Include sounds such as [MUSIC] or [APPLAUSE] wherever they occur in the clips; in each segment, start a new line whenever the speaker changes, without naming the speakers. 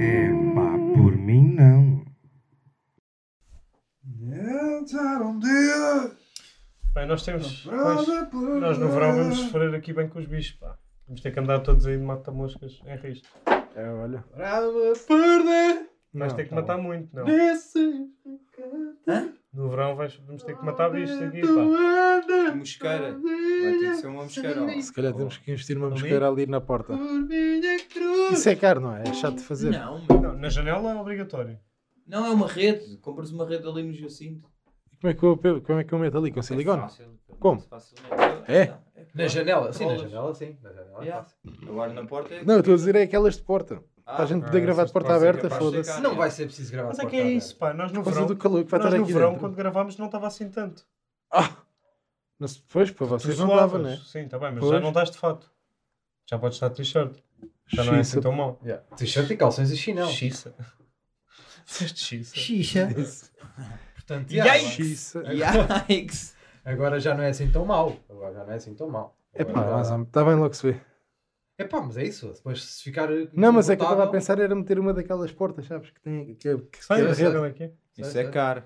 É, pá, por mim não.
Bem, nós temos. pois, nós no verão vamos sofrer aqui bem com os bichos, pá. Vamos ter que andar todos aí de mata-moscas em risco.
É, olha.
Vais
Não,
ter que
tá
matar muito, não?
Hã?
No verão vais, vamos ter que matar bichos aqui, pá.
Mosqueira. Vai ter que ser uma mosqueira. ó.
Se calhar temos que investir numa mosqueira ali na porta.
Isso
Isso é caro, não é? É chato de fazer.
Não, meu.
Não, na janela é obrigatório.
Não, é uma rede. Compras uma rede ali no Jacinto.
E Como é que eu, pego- como é que eu meto ali? Com silicone? Como?
né?
É?
Na janela,
Sim, na janela, sim. Na janela é
é Yeah.
fácil.
Agora na porta é.
Não, eu estou a dizer é aquelas de porta.
Ah,
Para a gente
ah,
poder gravar
essas
de porta
portas é
aberta,
capaz de ser
foda-se.
caro.
Não
[LAUGHS]
vai ser preciso gravar
Mas
de
é que é
portada.
isso, pá. Nós no
Por causa
verão.
do calor que vai
Nós
estar
no
aqui
verão,
dentro.
quando gravámos, não estava assim tanto.
Ah! Mas depois, para
Tu
vocês não
suavas.
dava, né?
Sim, está bem, mas já
Pois.
não estás de fato. Já podes estar de t-shirt. Já não é assim
Xiça.
tão mau.
Yeah. T-shirt e calções e chinelo.
Xiça. Disseste xiça.
Xixa. Portanto, yeah,
Yikes!
Xiça.
Yikes!
agora já não é assim tão mau. Agora já não é assim tão mau.
Epá,
Agora-
mas é um- está bem logo se vê.
Epá, mas é isso. Depois se ficar.
Não, mas é que eu estava a
confortável-
pensar era meter uma daquelas portas, sabes? Que tem. Que, é, que-
Sabe
que-
esse
rede.
cabelo aqui?
Sei,
Isso
sei.
é caro.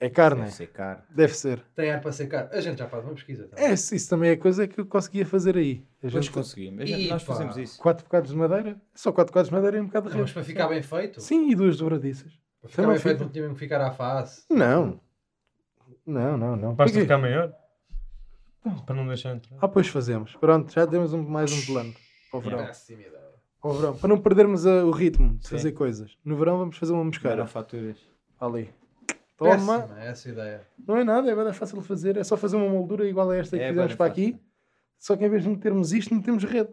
é carne.
Isso é caro.
Deve ser.
Tem ar para secar. A gente já faz uma pesquisa. Tá?
É, isso isso também é coisa que eu conseguia fazer aí. A
Nós
gente,
conseguimos. A gente- Nós
Epa.
fazemos isso.
quatro bocados de madeira? Só quatro bocados de madeira e um bocado de
Não, mas
resto.
para ficar bem feito.
Sim, e duas dobradiças.
Para ficar
Também
bem feito
fica.
não tinha mesmo que ficar à face.
Não. Não, não, não.
Basta
Porquê?
ficar maior. Para não deixar entrar.
Ah, pois fazemos. Pronto, já temos um- mais um plano para o verão.
Péssima ideia.
Para, o verão. Para não perdermos ah, o ritmo de
Sim.
fazer coisas. No verão vamos fazer uma
Cara,
mosqueira.
faturas.
Ali. Toma.
Péssima essa ideia.
Não é nada, é bem fácil de fazer. É só fazer uma moldura igual a esta que
É
fizemos
bué
para
fácil.
aqui. Só que em vez de metermos isto, metemos rede.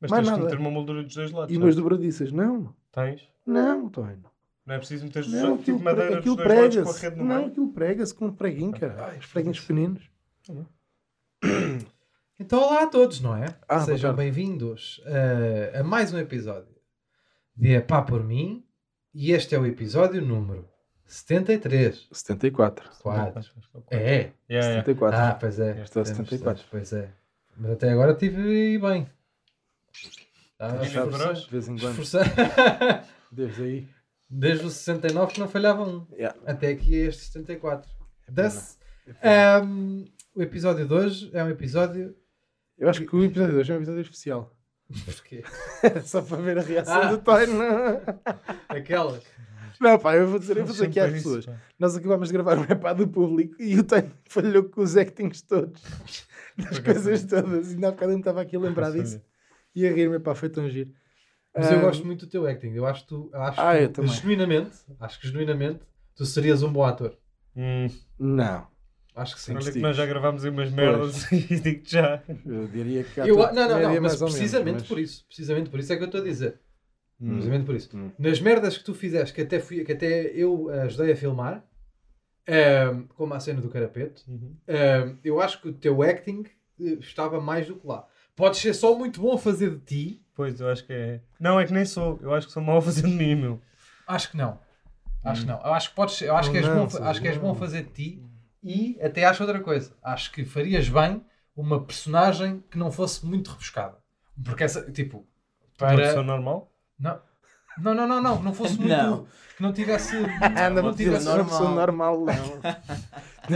Mas
mais
tens de
nada.
meter uma moldura dos dois lados.
E
já.
umas dobradiças. Não,
Tens.
não, Tony.
Não é preciso meter
Não,
tipo
aquilo, pre-
madeira dos
aquilo
dois lados com a
prega-se.
rede no
Não,
meio.
aquilo prega-se com um preguinho, cara.
Ai,
Os preguinhos pequeninos.
Então, olá a todos, não é?
Ah,
Sejam
boa tarde.
bem-vindos eh, a mais um episódio de É Pá Por Mim e este é o episódio número 73.
74.
4. É?
Yeah, yeah.
74.
Ah, pois é.
Este é o
Temos-
74.
Pois é. Mas até agora estive bem. Ah,
Sabes,
esforçando-
de vez em quando.
esforçando-
Desde aí.
[LAUGHS] Desde o 69 que não falhava um.
Yeah.
Até aqui é este 74.
É
Das- Ahm, o episódio de hoje é um episódio.
Eu acho que o episódio 2 é um episódio [LAUGHS] especial.
Porquê?
É Só para ver a reação
Ah.
do Tony.
Aquelas.
Não, pá, eu vou dizer, eu vou
Faz
dizer aqui às
sempre é. isso,
pessoas.
pá.
Nós acabámos de gravar um epá do público e o Tony [LAUGHS] falhou com os actings todos. Das
acaso.
coisas todas. E não, cada um estava aqui a lembrar
Sabia.
disso. E a rir-me, pá, foi tão giro.
Mas eu
Ah,
gosto muito do teu acting. Eu acho que tu, acho
Ah,
que
eu
tu
também.
genuinamente, acho que genuinamente, tu serias um bom ator.
Hum,
Não.
Acho que sim.
olha que
Sim.
nós já gravámos aí umas merdas [LAUGHS] e digo já.
Eu diria que há
Eu,
tudo-
não, não,
média
não, mas
mais ou menos,
precisamente
mas-
por isso. Precisamente por isso é que eu estou a dizer.
Hum.
Precisamente por isso.
Hum.
Nas merdas que tu fizeste, que até, fui, que até eu eh, ajudei a filmar, ehm, como a cena do carapeto,
Uhum.
ehm, eu acho que o teu acting eh, estava mais do que lá. Podes ser só muito bom a fazer de ti.
Pois, eu acho que é. Não, é que nem sou. Eu acho que sou mal a fazer de mim, meu.
Acho que não. Acho que não. Eu acho que, podes, eu acho
Hum. Não,
que, és,
não,
bom,
Sérgio,
acho que és bom
não.
fazer de ti e até acho outra coisa. Acho que farias bem uma personagem que não fosse muito rebuscada. Porque essa, tipo,
Uma pessoa
para.
normal.
Não, não, não, não, não, que não fosse muito.
Não.
Que não
[LAUGHS]
tivesse.
Ah, não,
não
não tivesse
é?
tivesse.
uma pessoa normal,
[LAUGHS]
não.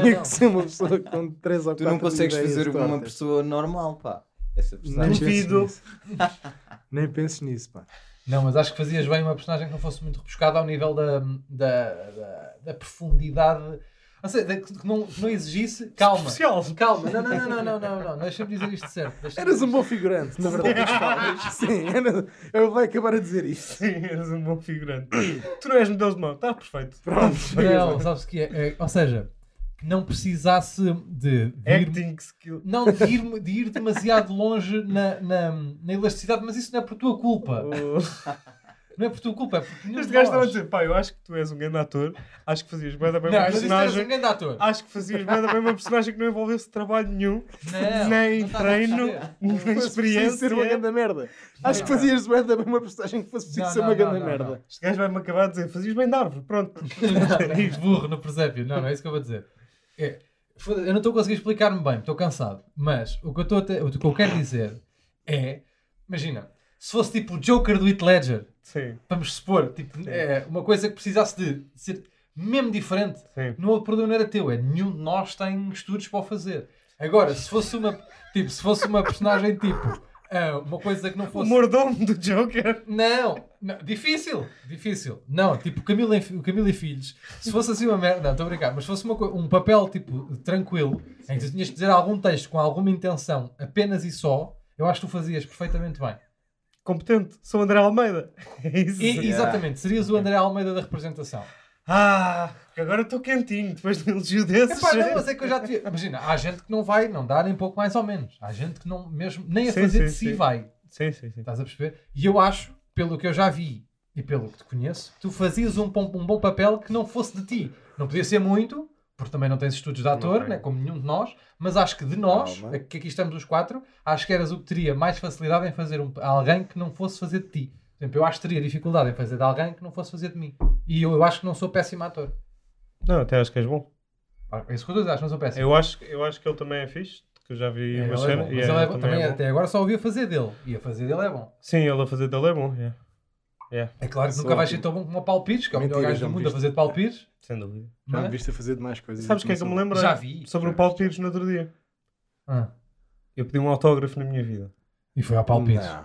Tinha que ser uma pessoa com 3 ou 4
Tu não consegues
ideias
fazer uma
tortas.
pessoa normal, pá. Essa pessoa.
Nem penses
Duvido.
nisso. [LAUGHS] Nem penses nisso, pá.
Não, mas acho que fazias bem uma personagem que não fosse muito rebuscada ao nível da, da, da, da profundidade. Ou seja, da- que não, que não exigisse. Calma.
Especial.
Calma, não, não, não, não, não, não, não. deixa-me dizer isto certo. deixa-me
Eras um bom figurante, na verdade. [LAUGHS] Sim, era- eu vou acabar a dizer isto.
Sim, eres um bom figurante. tu não és modelo de mão. Está perfeito. [LAUGHS]
Pronto.
Não, sabes o que é? É, Ou seja, que não precisasse de, de ir,
Acting skill.
não, de, ir, de ir demasiado longe na, na, na elasticidade, mas isso não é por tua culpa. Não é por tua culpa, é porque nenhum
Oh. Este
de
gajo estava a
nós.
dizer, pá, eu acho que tu és um grande ator, acho que fazias bem da
Não,
mesma
eu disse que eras um
personagem,
grande ator.
acho que fazias bem da mesma personagem que não envolvesse trabalho nenhum,
Não,
nem
não estava a
treino,
perceber.
nem [LAUGHS]
Fosse preciso
experiência.
ser uma grande merda. Acho que
não.
fazias bem da mesma postagem que fosse preciso
Não,
ser
não,
uma
não,
grande
não,
merda.
Este gajo vai-me acabar a dizer, fazias bem da árvore, pronto.
Diz burro no presépio. Não, não é isso que eu vou dizer. É, foda- eu não estou a conseguir explicar-me bem, estou cansado. Mas o que, eu estou a te- o que eu quero dizer é: imagina, se fosse tipo o Joker do Heath Ledger,
Sim,
vamos supor, tipo, é, uma coisa que precisasse de ser mesmo diferente,
sim.
não, o problema não era teu, é nenhum de nós tem estudos para o fazer. Agora, se fosse uma, tipo, se fosse uma personagem tipo, ah, uma coisa que não
O
fosse.
mordomo do Joker.
Não, não, difícil, difícil. Não, tipo Camila, e Fi- o Camila e Filhos, se fosse assim uma merda, não, estou a brincar, mas se fosse uma co- um papel tipo tranquilo, em que tu tinhas de dizer algum texto com alguma intenção, apenas e só, eu acho que tu fazias perfeitamente bem.
Competente, sou André Almeida. É isso.
E, Exatamente, serias o André Almeida da representação.
Ah, que agora estou quentinho, depois de um elogio desses.
Epá, não, mas é que eu já te... Imagina, há gente que não vai, não dá nem pouco mais ou menos. Há gente que não, mesmo, nem a
Sim,
fazer
sim,
de si
sim.
vai.
Sim, sim, sim.
Estás a perceber? E eu acho, pelo que eu já vi e pelo que te conheço, tu fazias um, bom- um bom papel que não fosse de ti. Não podia ser muito, porque também não tens estudos de ator,
tenho.
né, como nenhum de nós, mas acho que de nós,
Calma.
a- que aqui estamos os quatro, acho que eras o que teria mais facilidade em fazer um- alguém que não fosse fazer de ti. Por exemplo, eu acho que teria dificuldade em fazer de alguém que não fosse fazer de mim. E eu, eu acho que não sou péssimo ator.
Não, até acho que és bom.
Ah, É isso que eu estou a dizer, acho que não sou péssimo.
Eu acho, eu acho que ele também é fixe, que eu já vi
É,
uma
ele é
cena.
bom,
e é,
mas ele é
ele
bom. Também até agora só ouvia fazer dele. E a fazer dele é bom.
Sim, ele a fazer dele é bom, é.
É claro que
Sou
nunca vais ser
ótimo.
tão bom como o Paulo Pires, que é o melhor
Mentira,
gajo
já
do
me
mundo a
viste.
fazer de Paulo Pires.
sem dúvida.
não
Já me
é?
viste a fazer de mais coisas.
Sabes o
do
que é que eu me
sou.
lembro?
Já vi.
Sobre o Paulo Pires no outro dia.
Ah,
Eu pedi um autógrafo na minha vida,
E foi ao Paulo Pires.
Não.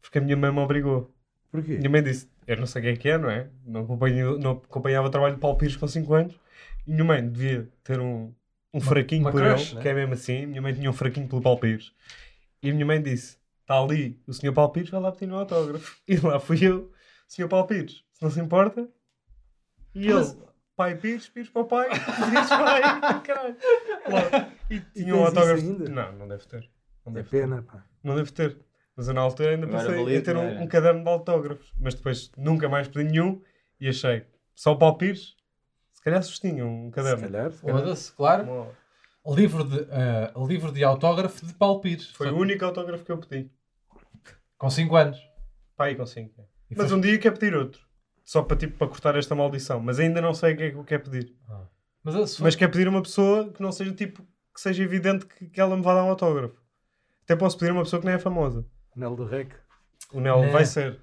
porque a minha mãe me obrigou.
Porquê?
Minha mãe disse, eu não sei quem é que é, não é? Não, acompanho, não acompanhava o trabalho de Paulo Pires com 5 anos. E minha mãe devia ter um, um fraquinho
uma
por
crush,
ele,
né?
que é mesmo assim. Minha mãe tinha um fraquinho pelo Paulo Pires. E a minha mãe disse, está ali o Sr. Paulo Pires, vai lá pedir um autógrafo. [LAUGHS] E lá fui eu, Sr. Paulo Pires, se não se importa. E ele, pai Pires, Pires para o pai, [LAUGHS] Pires pai, caralho. Lá. E tinha um
tens isso
autógrafo.
ainda?
Não, não deve ter. Não
É
deve ter.
pena, pá.
Não devo ter. Mas eu na altura ainda
Agora
pensei
valia
em ter
dinheiro.
um, um caderno de autógrafos. Mas depois nunca mais pedi nenhum e achei só o Paulo Pires. Se calhar sustinha um
Se
caderno.
calhar.
Foda-se, claro.
Uma-
Livro de, ah, livro de autógrafo de Paulo Pires.
Foi o único autógrafo que eu pedi.
Com 5 anos.
Pá, aí consigo.
E
Mas
foi-
um dia quer pedir outro. Só para, tipo, para cortar esta maldição. Mas ainda não sei o que é que eu quero pedir.
Mas, ah, esse foi-
Mas quer pedir uma pessoa que não seja tipo. que seja evidente que, que ela me vá dar um autógrafo. Até posso pedir uma pessoa que nem é famosa.
Nel do Rec.
O Nel
Né?
vai ser.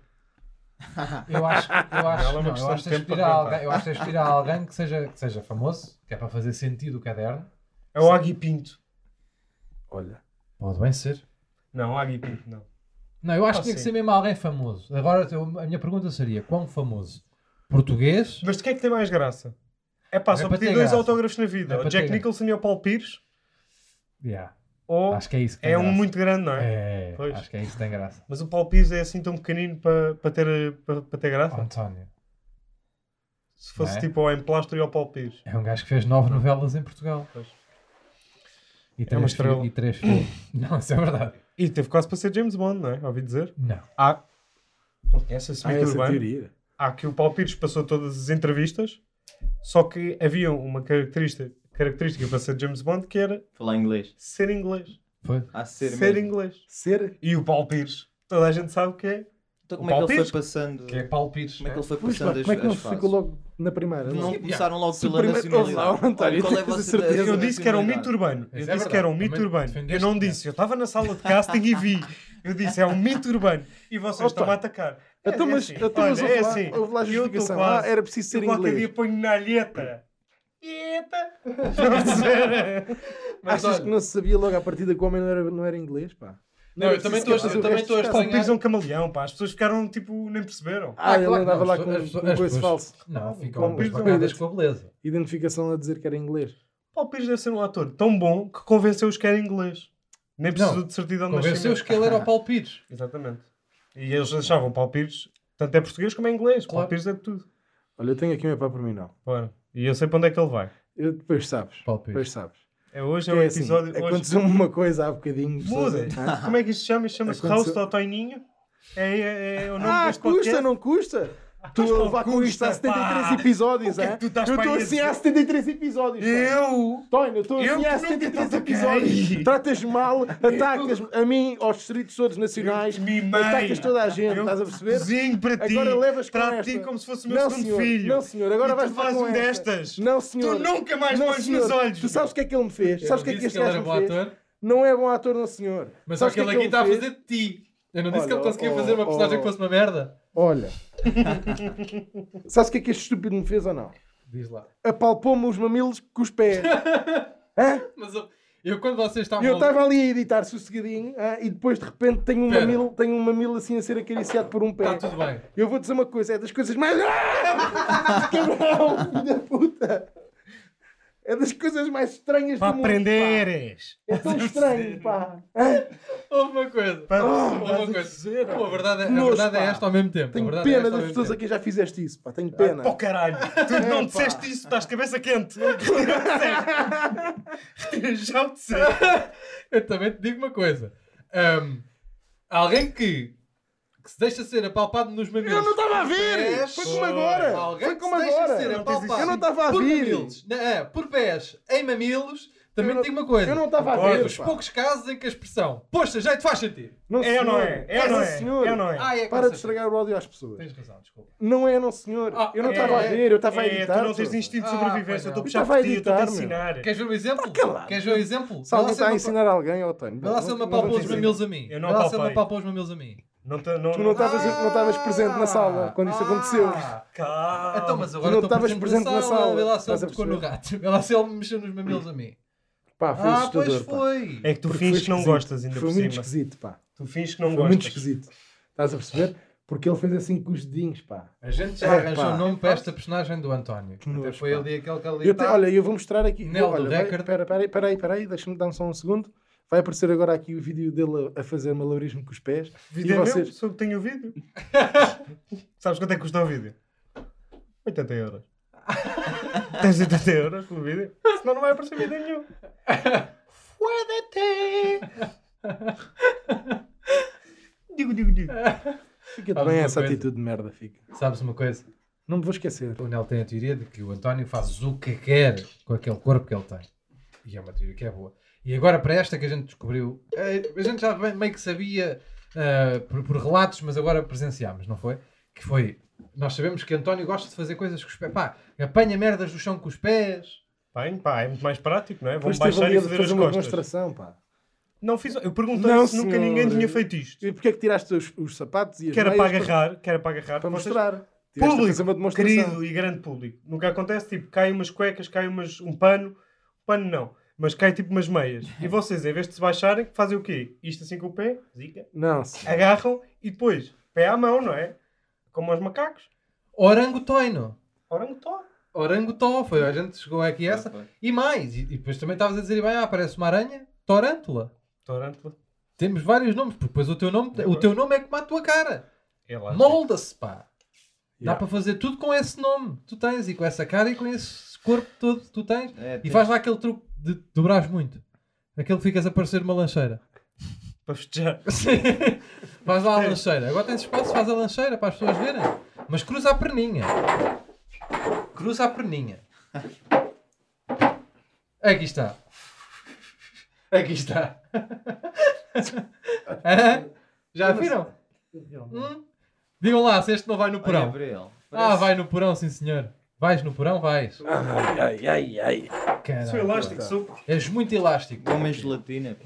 eu acho, eu
Ela é
acho,
uma
não, eu
questão
acho
de
que
tempo
tens de pedir
para
a
contar.
alguém, eu acho que tens de pedir a alguém que seja, que seja famoso, que é para fazer sentido o caderno.
É o Agui Pinto.
Olha.
Pode bem ser.
Não, Agui Pinto não.
Não, eu acho
Ah,
que tinha que
sim.
ser mesmo alguém famoso. Agora eu- a minha pergunta seria: quão famoso? Português?
Mas de que é que tem mais graça? É pá,
Não é
só
para
pedi
ter
dois
graça.
autógrafos na vida.
Não é
o
para
Jack
ter
Nicholson e o Paul Pierce.
Yeah.
Ou
Acho que é isso. que tem
é um
graça.
muito grande, não é?
É,
Pois.
acho que é isso que tem graça.
Mas o Paul Pierce é assim tão pequenino para para ter, para, para ter graça.
António.
Se fosse
Não é?
tipo ao Emplastro e ao Paul Pierce.
É um gajo que fez nove novelas em Portugal.
Pois.
E
É
uma
três,
estrela.
fi- [COUGHS] e três filhos. não, isso é verdade.
E teve quase para ser James Bond, não é? Ouvi dizer.
Não.
Há... Não conhece esse
Ah,
mito
essa
urbano?
teoria.
Há que o Paul Pierce passou todas as entrevistas, só que havia uma característica, característica para ser James Bond que era
Falar inglês.
ser inglês.
Foi.
Há de ser,
ser
mesmo.
inglês.
Ser?
E o Paul Pierce, toda a gente sabe que é
Então
O
como é que ele
palpite?
foi passando...
Que é Paulo Pires.
Como é que ele foi
Mas, pá,
passando as,
como é que não
as fases?
ficou logo na primeira?
Não
Yeah.
É
começaram logo
Se o
pela
primeiro-
nacionalidade.
Ouve lá, António,
Olha, qual é
tens a
vossa-
certeza?
a
Eu
sua
disse que era um mito
nacionalidade?
urbano.
Mas
Eu
é
disse que
verdade,
era um mito
também
urbano. Eu
defendeste,
não
né?
é.
disse. Eu estava na sala de casting e vi. Eu disse, é um mito urbano. E vocês
Opa.
estão a atacar. É,
Então,
é
mas,
assim.
então, mas
Olha,
houve,
é
lá,
assim.
houve lá a
Eu tô
justificação.
quase-
Ah, era preciso ser
eu qualquer
inglês.
dia ponho na alheta. Eita! Não sei.
Mas
Achas
olha,
Ah, que não se sabia logo à partida que o homem não era, não era inglês, pá?
Não, eu também estou a- eu também estou a
Paulo
estranhar.
Pires é um camaleão, pá. As pessoas ficaram, tipo, nem perceberam.
Ah, ele
claro,
andava
não,
lá
as
com
pessoas-
com
as
coisa
pessoas-
falso.
Não, ficam
Paulo
umas
Pires é um
bacadas
gajo.
com a beleza.
Identificação a dizer que era inglês.
Paulo Pires deve ser um ator tão bom que convenceu-os que era inglês. Nem precisou
Não.
de certidão de nascimento.
Convenceu-os que ele era o Paulo Pires.
Exatamente. E eles achavam Paulo Pires, tanto é português como é inglês. Paulo
Claro.
Pires é de tudo.
Olha, eu tenho aqui uma para pormenor.
Bora. E eu sei para onde é que ele vai.
Eu depois sabes.
Paulo Pires.
Depois sabes.
É hoje,
Que
é o
é assim,
episódio. hoje...
Aconteceu-me uma coisa há bocadinho. pessoas-
[LAUGHS] Muda!
Ah,
Como é que isto chama? Chama-se
Aconteceu-
Roast ao Toininho? É, é, é o nome
Ah,
deste
custa,
podcast.
não custa? Tu a
não
levar com isto há
custa,
73
pá.
episódios,
O que é que
hã?
tu estás
Eu
para
estou
aí a
assim há
dizer? É,
73 episódios. Tony.
Eu?
Tony, eu estou
Eu
assim
que
há
nunca te
73
toquei.
episódios. Tratas
[LAUGHS]
mal, atacas a mim, aos distritos todos nacionais,
Eu te mimei.
atacas toda a gente,
Eu
estás a perceber?
Cozinho para ti.
Agora levas com
Trato
esta.
ti como se fosse o meu
Não,
segundo
senhor.
filho.
Não, senhor. Agora
E
vais
tu
levar
fazes
com
um
esta.
destas.
não, senhor.
Tu nunca mais
não,
pões nos
senhor.
olhos.
Tu sabes o que é que ele me fez? [LAUGHS] Sabes o que é que
disse
este
ele
gajo me
era bom
fez?
ator,
Não é bom ator, não, senhor.
mas
Sabes o que é que
aquele aqui está a
ele me
fazer de ti. Eu não disse que
Olha,
ele conseguia
oh,
fazer uma personagem
oh.
que fosse uma merda.
Olha. [LAUGHS] Sabes o que é que este estúpido me fez ou não?
Diz lá.
Apalpou-me os mamilos com os
[LAUGHS]
pés.
Tá
Hã?
Mas eu, eu quando vocês estavam.
Eu estava ali a editar sossegadinho hã? e depois de repente tenho um,
Pera.
mamilo, tenho um mamilo assim a ser acariciado por um pé.
Está tá tudo bem.
Eu vou dizer uma coisa, é das coisas mais. Ah! Cabrão, filho da puta! É das coisas mais estranhas
Para
do mundo. pá.
aprenderes.
É tão estranho, pá! Hã?
Houve uma coisa.
Para
Oh,
Houve
vais
uma
dizer,
coisa. Pô, a verdade, é, a
Nojo,
verdade é
pá.
esta ao mesmo tempo. a
Tenho
verdade é
pena
esta ao
das
mesmo
pessoas a
tempo.
quem já fizeste isso, pá! Tenho pena!
Pô, caralho. Tu não
É, pá.
disseste isso. Estás de cabeça quente. [LAUGHS] Não te disseste. Já o disseste.
Eu também te digo uma coisa. Ahm, alguém que, que se deixa ser apalpado nos mamilos.
Eu não estava a ver!
Pés,
Foi como agora!
Alguém
Foi
que
como
se deixa
agora!
ser
Não tens
apalpado
isso.
Eu não estava a
por
ver.
mamilos. Não, é, por pés em mamilos. Também
Eu não-
te digo uma coisa.
Eu não estava a
Olha,
ver!
Os
pá.
poucos casos em que a expressão poxa, jeito faz sentido.
Não,
É ou não
senhor.
é? É ou não é?
senhor.
É ou não é?
Ah, é com
Para de
certeza.
estragar o áudio às pessoas.
Tens razão, desculpa.
Não é, não, senhor.
Ah,
eu não
é,
estava a
é.
ver, eu estava a
É,
editar.
tu não
pô.
tens instinto de
Ah,
sobrevivência.
pois
Eu estou
não.
a puxar
Estava a
por ti. Eu estou a
editar, meu.
ensinar.
Queres ver um exemplo?
Tá calado.
Queres ver um exemplo?
Se alguém
Vê lá
está a
uma-
ensinar alguém, ó Tony.
Vê lá se ele me apalpou os
dizer.
mamilos a mim.
Eu não
Vê lá se ele me
apalpei.
apalpou os mamilos a mim.
Não te- não-
Tu não tá estavas
Ah!
não estavas presente na sala quando isso aconteceu.
Ah!
Calma.
Então, mas
Tu
agora
não
estou
estavas presente na sala.
Vê lá se ele
Estás a
tocou no rato. Vê lá se ele me mexeu nos mamilos a mim.
Pá, foi
Ah,
assustador.
pois
pá.
foi.
É que tu
Porque
finges
foi
que não
esquisito.
gostas ainda
Foi
por
muito
cima.
esquisito, pá.
Tu finges que não
Foi
gostas.
muito esquisito. Estás a perceber? Porque ele fez assim com os dedinhos, pá.
A gente já
Epá.
arranjou o nome para esta personagem do António. Até
nojo,
foi
pá.
ali aquele que ali
Eu te-
está.
olha, eu vou mostrar aqui.
é Nel do
olha, vai-
Deckard.
Pera, pera, aí, pera aí, pera aí, deixa-me dar só um segundo. Vai aparecer agora aqui o vídeo dele a- a fazer malabarismo com os pés.
Vídeo
e
é
vocês.
meu? Sou eu que tenho o
[LAUGHS]
vídeo. Sabes quanto é que custa o vídeo? 80 euros. [LAUGHS] Tens 80 euros com o vídeo? Senão não vai aparecer vídeo nenhum. Foda-te! Digo, digo, digo.
Fica-te
Sabes
bem
uma
essa
coisa?
atitude de merda, fica.
Sabes uma coisa?
Não me vou esquecer.
O Nel tem a teoria de que o António faz o que quer com aquele corpo que ele tem. E é uma teoria que é boa. E agora para esta que a gente descobriu, eh, a gente já bem- meio que sabia eh, por, por relatos, mas agora presenciámos, não foi? Que foi, nós sabemos que António gosta de fazer coisas com os pés. Pá, apanha merdas do chão com os pés.
Bem, pá, é muito mais prático, não é? Vão
Depois teve
baixar
ali
e
a de
fazer as
fazer uma
costas.
demonstração, pá.
Não fiz... Eu perguntei
Não,
se nunca
senhor.
ninguém tinha feito isto.
E porquê é que tiraste os, os sapatos e as
Que era para
meias para,
agarrar, que era para agarrar.
para
Vocês-
mostrar? Tiveste a fazer uma
público,
demonstração.
querido e grande público. Nunca acontece, tipo, cai umas cuecas, cai umas, um pano, pano não, mas cai tipo umas meias. E vocês, em vez de se baixarem, fazem o quê? Isto assim com o pé, zica,
Não, sim.
agarram e depois, pé à mão, não é? Como aos macacos.
Orangotoino.
Ora, não estou.
Orangotó, foi a gente chegou aqui a essa.
Foi.
E mais, e, e depois também estavas a dizer, bem, ah, parece uma aranha, torântula.
Torântula.
Temos vários nomes, porque depois o teu nome, o teu nome é como a tua cara.
É lá.
Molda-se, pá. Dá
Yeah.
para fazer tudo com esse nome que tu tens e com essa cara e com esse corpo todo que tu tens.
É,
E
tem-
faz lá aquele truque de dobrares muito. Aquele que ficas a parecer uma lancheira.
Para festejar.
[LAUGHS] faz lá a lancheira. Agora tens espaço, faz a lancheira para as pessoas verem. Mas cruza a perninha. Cruza a perninha. Aqui está. Aqui está. [LAUGHS] Hã? Já viram? Hum? Digam lá se este não vai no
Olha,
porão.
é Gabriel,
Ah,
parece-
vai no porão, sim senhor. Vais no porão, vais.
Ai, ai, ai.
Sou
Caralho.
elástico, sou.
És muito elástico.
Homem gelatina. pô.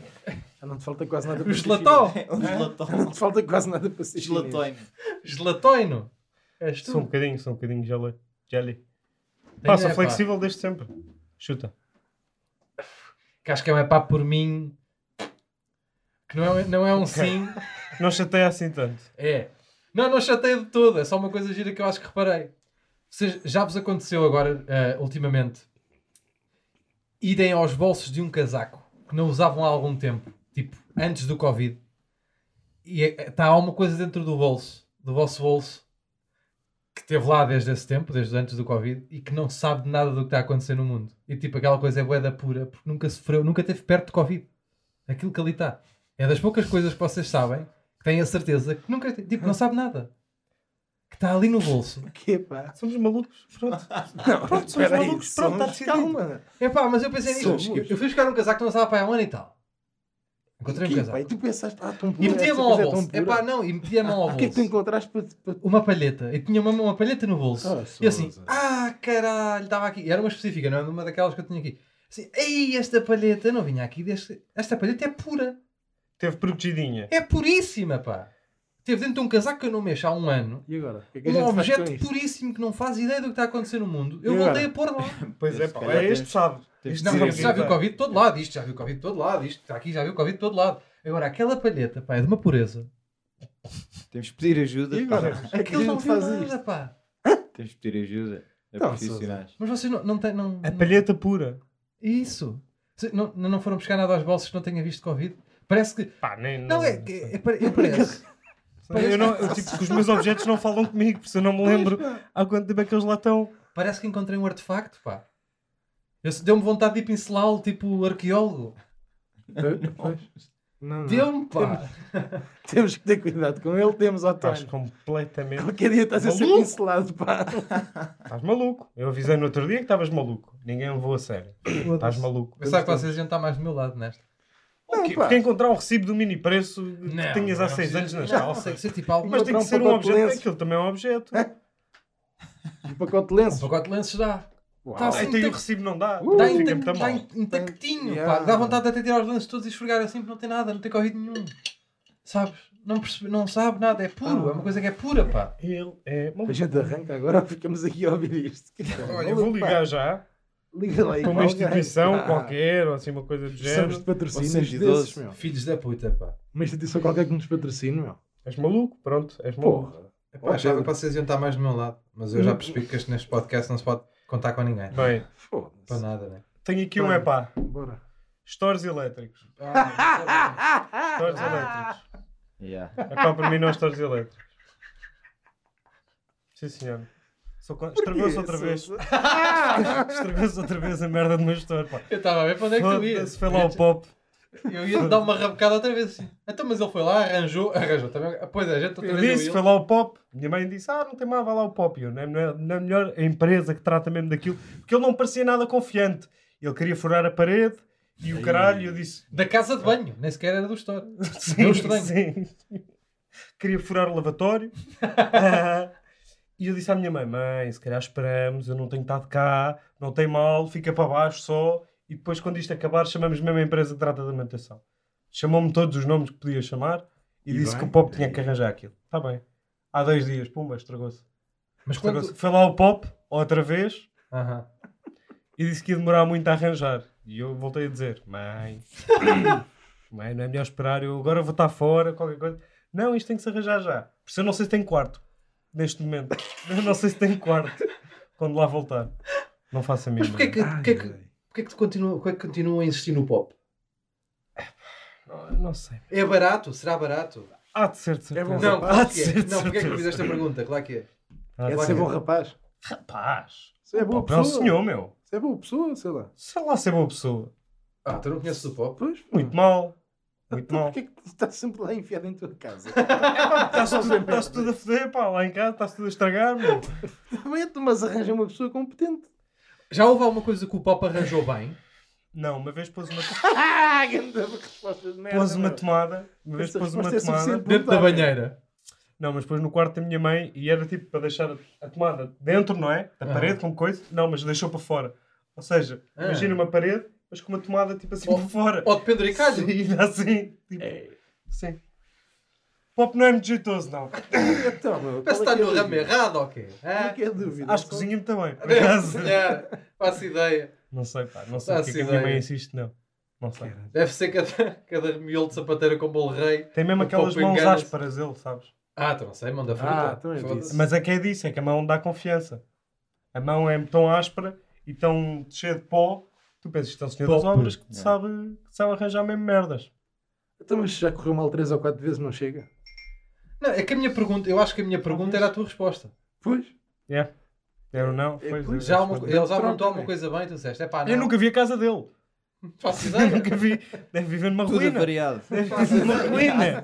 Já não te falta quase nada
[LAUGHS] O
para
gelató.
É um gelató.
Não te falta quase nada para ser chinês.
Gelatónio.
Gelatoino. És
Sou um
tu.
bocadinho, sou um bocadinho gelé. Jelly.
Tenho
Passa
é, pá.
flexível desde sempre. Chuta.
que acho que é um epá por mim que não é, não é um sim
Não chateia assim tanto.
é não, não chatei de todo, é só uma coisa gira que eu acho que reparei Vocês- já vos aconteceu agora eh, ultimamente irem aos bolsos de um casaco que não usavam há algum tempo tipo, antes do Covid e eh, está alguma coisa dentro do bolso do vosso bolso que esteve lá desde esse tempo, desde antes do Covid e que não sabe de nada do que está a acontecer no mundo e tipo, aquela coisa é boeda pura porque tá. nunca sofreu, nunca esteve perto de Covid aquilo que ali está. É das poucas coisas que vocês sabem que tem a certeza que nunca teve. Tipo, não sabe nada. Que está ali no bolso.
Que pá?
Somos malucos, pronto.
Não,
Pronto, somos
espera aí,
malucos, pronto, está
somos-
decidido.
Calma.
É pá, mas eu pensei nisso.
Somos.
Eu fui buscar um casaco que não estava para aí há um ano e tal. Encontrei um
Que, pá, e
casaco.
tu pensaste, ah, tão pura,
E meti a
esta
mão ao
coisa é tão
bolso. É
pura.
pá, não, e meti a mão ao
O que é que tu
bolso.
encontraste para... para-
Uma palheta. E tinha uma, uma palheta no bolso.
Ah,
E eu assim,
Sousa.
ah caralho, estava aqui. Era uma específica, não era uma daquelas que eu tinha aqui. Assim, ei, esta palheta não vinha aqui. Deste... Esta palheta é pura.
Teve protegidinha.
É puríssima, pá. Teve dentro de um casaco que eu não mexo há um ano.
E agora? O que é que a
Um
gente faz com
objeto
isto?
puríssimo que não faz ideia do que está a acontecer no mundo. Eu
E agora?
voltei a
[LAUGHS]
pôr lá.
Pois é,
Esse
pá.
calhar
É este,
tens-
sabe?
tens-
Este
Não,
sim,
não, isto já
sim,
viu
tá.
pá.
Covid de todo lado, isto já viu Covid de todo lado, isto está aqui já viu Covid de todo lado. Agora, aquela palheta, pá, é de uma pureza.
Temos de pedir ajuda.
E agora?
pá.
É que a
Aquilo não
gente
viu
faz
nada,
isto.
pá.
Temos de pedir ajuda a
Tá,
profissionais.
Mas vocês não, não têm. Não,
A
não-
palheta pura.
Isso. Se- Não, não foram buscar nada aos bolsos que não tenha visto Covid? Parece que.
Pá, nem.
Não, é. é, é pare-
[LAUGHS]
eu parece.
Eu, não, eu, tipo, que os meus objetos não falam comigo, porque se eu não me lembro há quanto tempo é que eles lá estão.
Parece que encontrei um artefacto, pá. Eu se- Deu-me vontade de ir pincelá-lo, tipo arqueólogo.
Não, não.
Deu-me, pá.
Temos que ter cuidado com ele, temos
Estás
Otónio.
completamente.
Qualquer dia estás a ser
Maluco.
pincelado, pá.
[LAUGHS] Estás maluco. Eu avisei no outro dia que estavas maluco. Ninguém levou a sério. Estás maluco.
Pensava que vocês iam estar mais do meu lado nesta.
Não, pá.
Porque encontrar um recibo do mini preço que tinhas há 6 anos nas
Não, tem
calças.
que ser tipo algo.
Mas tem que
Encontrar
ser
um
um
pacote de
objeto.
lenços.
Aquilo também é um objeto.
Um pacote de
Um
lenços.
pacote de lenços dá.
Uau.
Tá assim,
Então e o
tem-
recibo não dá.
Uh,
Dá
Fica muito a
intac- dá
mal.
in- intactinho,
Yeah.
pá. Dá vontade de até tirar os lances todos e esfregar assim, porque não tem nada, não tem Covid nenhum. Sabes? Não, percebe, não sabe nada, é puro, é uma coisa que é pura, pá.
Ele é
A
maluco.
gente arranca agora [LAUGHS] ou ficamos aqui a ouvir isto?
Olha, eu vou ligar já
Liga lá aí.
para uma
Ah.
instituição qualquer ou assim uma coisa do
Precisamos
género.
de patrocínios
Vocês
desses,
idosos.
meu.
Filhos da puta, pá.
Uma instituição qualquer que nos patrocine, meu.
És maluco, pronto, és maluco.
Porra.
Epá, Hum. achava
Pedro.
que vocês iam estar mais do meu lado, mas eu já percebi que este, neste podcast não se pode contar com ninguém.
Bem,
Para
Foda-se.
nada, né?
tenho aqui um
Bem.
epá.
Bora.
Stores elétricos.
Ah,
Stores elétricos.
Yeah.
Epá, para mim não é stores elétricos. Sim, senhor. Sou con- Estragou-se outra vez.
[LAUGHS] Ah,
Estragou-se outra vez a merda do meu store, pá.
eu estava a ver para onde é que tu ias.
Foda-se, foi lá ao pop.
Eu ia dar uma rabocada outra vez assim. Então, mas ele foi lá, arranjou, arranjou. Também, pois é, a gente outra
Eu
vez. eu e
disse,
ele.
foi lá ao pop. Minha mãe disse, ah, não tem mal, vai lá ao pop. E Eu, não, é, melhor- não é melhor a empresa que trata mesmo daquilo. Porque ele não parecia nada confiante. Ele queria furar a parede e o caralho. E eu disse,
Da casa de banho, nem sequer era do store. Deu estranho.
sim. Queria furar o lavatório. Ah, e eu disse à minha mãe: Mãe, se calhar esperamos, eu não tenho estado cá, não tem mal, fica para baixo só. E depois, quando isto acabar, chamamos mesmo a empresa que trata da manutenção. Chamou-me todos os nomes que podia chamar e,
E
disse
bem.
que o Pop tinha que arranjar aquilo. Está bem. Há dois dias, pumba, estragou-se.
Mas
Estragou-se.
quando.
Foi lá o Pop, outra vez,
Aham.
e disse que ia demorar muito a arranjar. E eu voltei a dizer: Mãe, [COUGHS] mãe, não é melhor esperar, eu agora vou estar fora, qualquer coisa. Não, isto tem que se arranjar já. Por isso eu não sei se tem quarto neste momento. [LAUGHS] Eu não sei se tem quarto quando lá voltar. Não faço a
Mas
mínima.
porquê que, porquê que, porquê que, tu continua, porquê que continua a insistir no pop?
não, não sei.
É barato? Será barato?
Há de ser de certeza.
bom.
Não,
há
claro
de
que é.
ser de
Não, porquê é que eu fiz
certeza.
esta pergunta? Claro que é.
Há de
É de
ser
ser bom
bom.
rapaz.
Rapaz,
Você é boa
não,
pessoa.
um senhor, meu.
Você é boa pessoa, sei lá.
Sei lá se é boa pessoa.
Ah, tu não conheces o pop?
Pois.
Muito mal.
[LAUGHS] É
Muito
Então
mal.
porquê que tu estás sempre lá enfiado em tua casa? [LAUGHS]
tá
Está-se tudo, está-se tudo a foder, pá, lá em casa, está-se tudo a estragar, meu.
Também é tu, mas arranja uma pessoa competente.
Já houve alguma coisa que o pop arranjou bem?
Não, uma vez pôs uma,
Ah, grande resposta de merda.
pôs uma
meu.
tomada, uma vez
Esta
pôs uma
resposta é
tomada.
suficiente.
Dentro da banheira.
Não, mas depois no quarto da minha mãe e era tipo para deixar a- a tomada dentro, não é? Da
Ah.
parede, com coisa. Não, mas deixou para fora. Ou seja,
Ah.
imagina uma parede, mas com uma tomada tipo assim
Oh, É.
para fora.
Ou de penduricalho.
Sim, assim. Tipo, Sim. Pop não é muito jeitoso, não.
Então, meu,
Parece que
qual
está
é que é
no
a
ramo
dúvida?
errado ou quê?
Qual é
Hã?
que é a dúvida?
Acho que
Só-
cozinha-me
[LAUGHS]
também, por
Deve
acaso.
ser, faço ideia.
Não sei, pá. Não sei
É. Ah,
porque é que a
sim,
minha
bem.
mãe insiste, não. Não
um
sei.
Deve ser cada, cada miolo de sapateira com bolo
é.
rei.
Tem mesmo
O
aquelas
Pop
mãos
engana-se.
ásperas, ele, sabes?
Ah, então não sei, mão da fruta.
Ah, também
Foda-se.
disse.
Mas é que é disso, é que a mão dá confiança. A mão é tão áspera e tão cheia de pó, tu pensas que é um senhor das
Pó puro.
obras que te sabe, que te sabe arranjar mesmo merdas.
Então, mas já correu mal 3 ou 4 vezes, não chega?
Não, é que a minha pergunta, eu acho que a minha pergunta era a tua resposta.
Pois.
É. Era ou não?
É,
Pois, é,
pois,
eu
Já
acho
uma,
que-
ele já
Troca,
perguntou alguma
é.
coisa bem, tu disseste, é pá,
[LAUGHS]
não.
Eu nunca vi a casa dele.
Faço ideia.
Nunca vi. Deve viver numa
Tudo
ruína.
variado.
Deve viver numa ruína.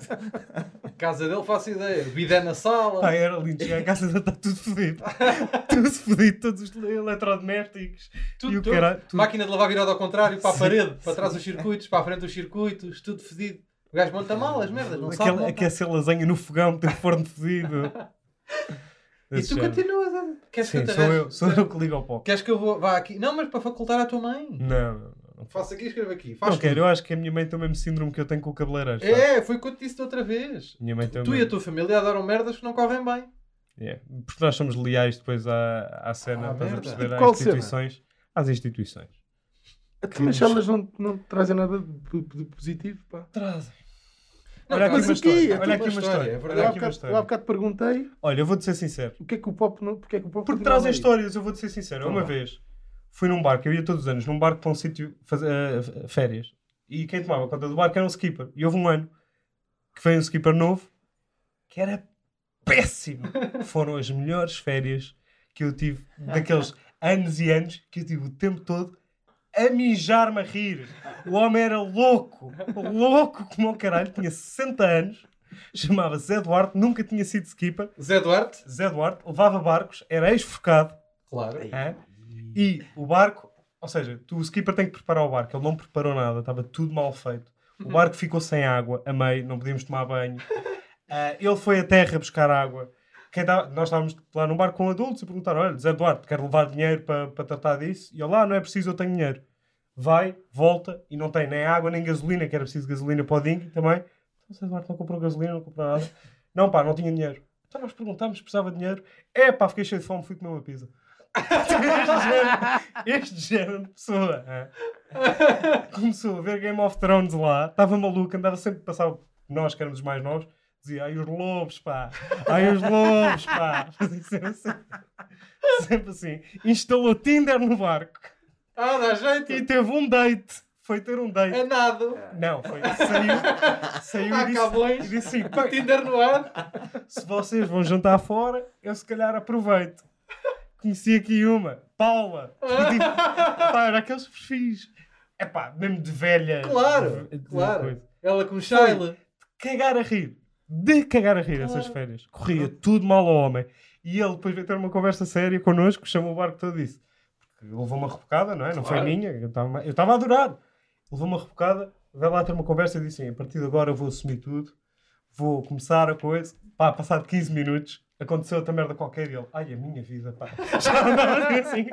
Casa dele, faço ideia. Bidé na sala.
Pá, era lindo. Chegar a casa dele está tudo fodido. tudo fodido. Todos os eletrodomésticos.
Tudo,
e o
tudo.
caralho. Tudo.
Máquina de lavar virada ao contrário, para a
Sim,
parede, para trás os circuitos, para a frente os circuitos, tudo fedido. O gajo monta mal as merdas, não sabe.
Aquela,
montar.
aquecer lasanha no fogão, ter forno fodido.
E tu continuas a. Queres que eu
Sim,
te
sou
arranje-
eu, sou eu que ligo ao pó.
Queres que eu vou- vá aqui? Não, mas para facultar à tua mãe.
Não, não, não.
Faço aqui e escrevo aqui. Faz
Não
tudo.
quero, eu acho que a minha mãe tem o mesmo síndrome que eu tenho com o cabeleireiro. sabe?
É, foi o que eu te disse da outra vez.
Minha mãe tem o
Tu e a
Então mesmo-
tua família adoram merdas que não correm bem.
É, Porque nós somos leais depois à, à cena,
Ah,
estás a
merda.
perceber?
E qual
Às
cena?
instituições. Às instituições.
Então, Mas elas não, não te trazem nada de, de positivo, pá.
Trazem.
Não,
Olha aqui
mas
uma
o quê? É
história.
tudo
Olha aqui
uma
uma
história, é
história.
verdade.
Olha
Eu há
aqui uma
bocado, eu há
história.
bocado perguntei
Olha, eu vou-te ser sincero.
o que é que o pop não. Porque é que o pop
Porque
continua
trazem
ali?
histórias, eu vou-te ser sincero. Uma vez fui num barco, eu ia todos os anos num barco para um sítio fazer eh, férias. E quem tomava conta do barco era um skipper. E houve um ano que veio um skipper novo que era
[LAUGHS]
péssimo. Foram as melhores férias que eu tive daqueles anos e anos que eu tive o tempo todo a mijar-me a rir. O homem era louco, louco como o caralho, tinha 60 anos, chamava-se Eduardo, nunca tinha sido skipper.
Zé Duarte?
Zé Duarte levava barcos, era ex-focado
Claro.
hã? É. e o barco, ou seja, tu, o skipper tem que preparar o barco, ele não preparou nada, estava tudo mal feito. O barco ficou sem água, a meio, não podíamos tomar banho. [LAUGHS] Ah, ele foi à terra buscar água. Quem tava- nós estávamos lá num barco com adultos e perguntaram: Olha, Zé Duarte, quero levar dinheiro para, para tratar disso. E ele lá, não é preciso, eu tenho dinheiro. Vai, volta e não tem nem água nem gasolina, que era preciso gasolina para o Ding também. Então, Zé Duarte não comprou gasolina, não comprou nada. Não, pá, não tinha dinheiro. Então nós perguntámos se precisava de dinheiro. É pá, fiquei cheio de fome, fui comer uma pizza. este, género, este género de pessoa é. começou a ver Game of Thrones lá, estava maluco, andava sempre a passar, nós que éramos os mais novos, dizia: Ai os lobos, pá, ai os lobos, pá. [LAUGHS] Fazia sempre assim. Sempre assim. Instalou Tinder no barco
Ah, dá jeito.
e teve um date. Foi ter um date.
É Ah, nado.
Não, foi. Saiu, saiu
Há
e disse, e
cabões.
disse assim:
Com
"Bem,
Tinder no ar.
se vocês vão jantar fora, eu se calhar aproveito. Conheci aqui uma, Paula. E tipo, pá, era aqueles perfis. É pá, mesmo de velha.
Claro,
de- de
claro.
coisa.
Ela com Shaila.
Cagar a rir. De cagar a rir essas férias. Corria tudo mal ao homem. E ele depois veio ter uma conversa séria connosco, chamou o barco todo isso. Porque levou uma rebocada, não é? Não foi
Claro.
minha. Eu estava eu estava a adorar. Levou uma rebocada, veio lá ter uma conversa e disse assim, a partir de agora eu vou assumir tudo. Vou começar a coisa. Pá, passado 15 minutos, aconteceu outra merda qualquer e ele, ai, a minha vida, pá. [LAUGHS] Já andava assim,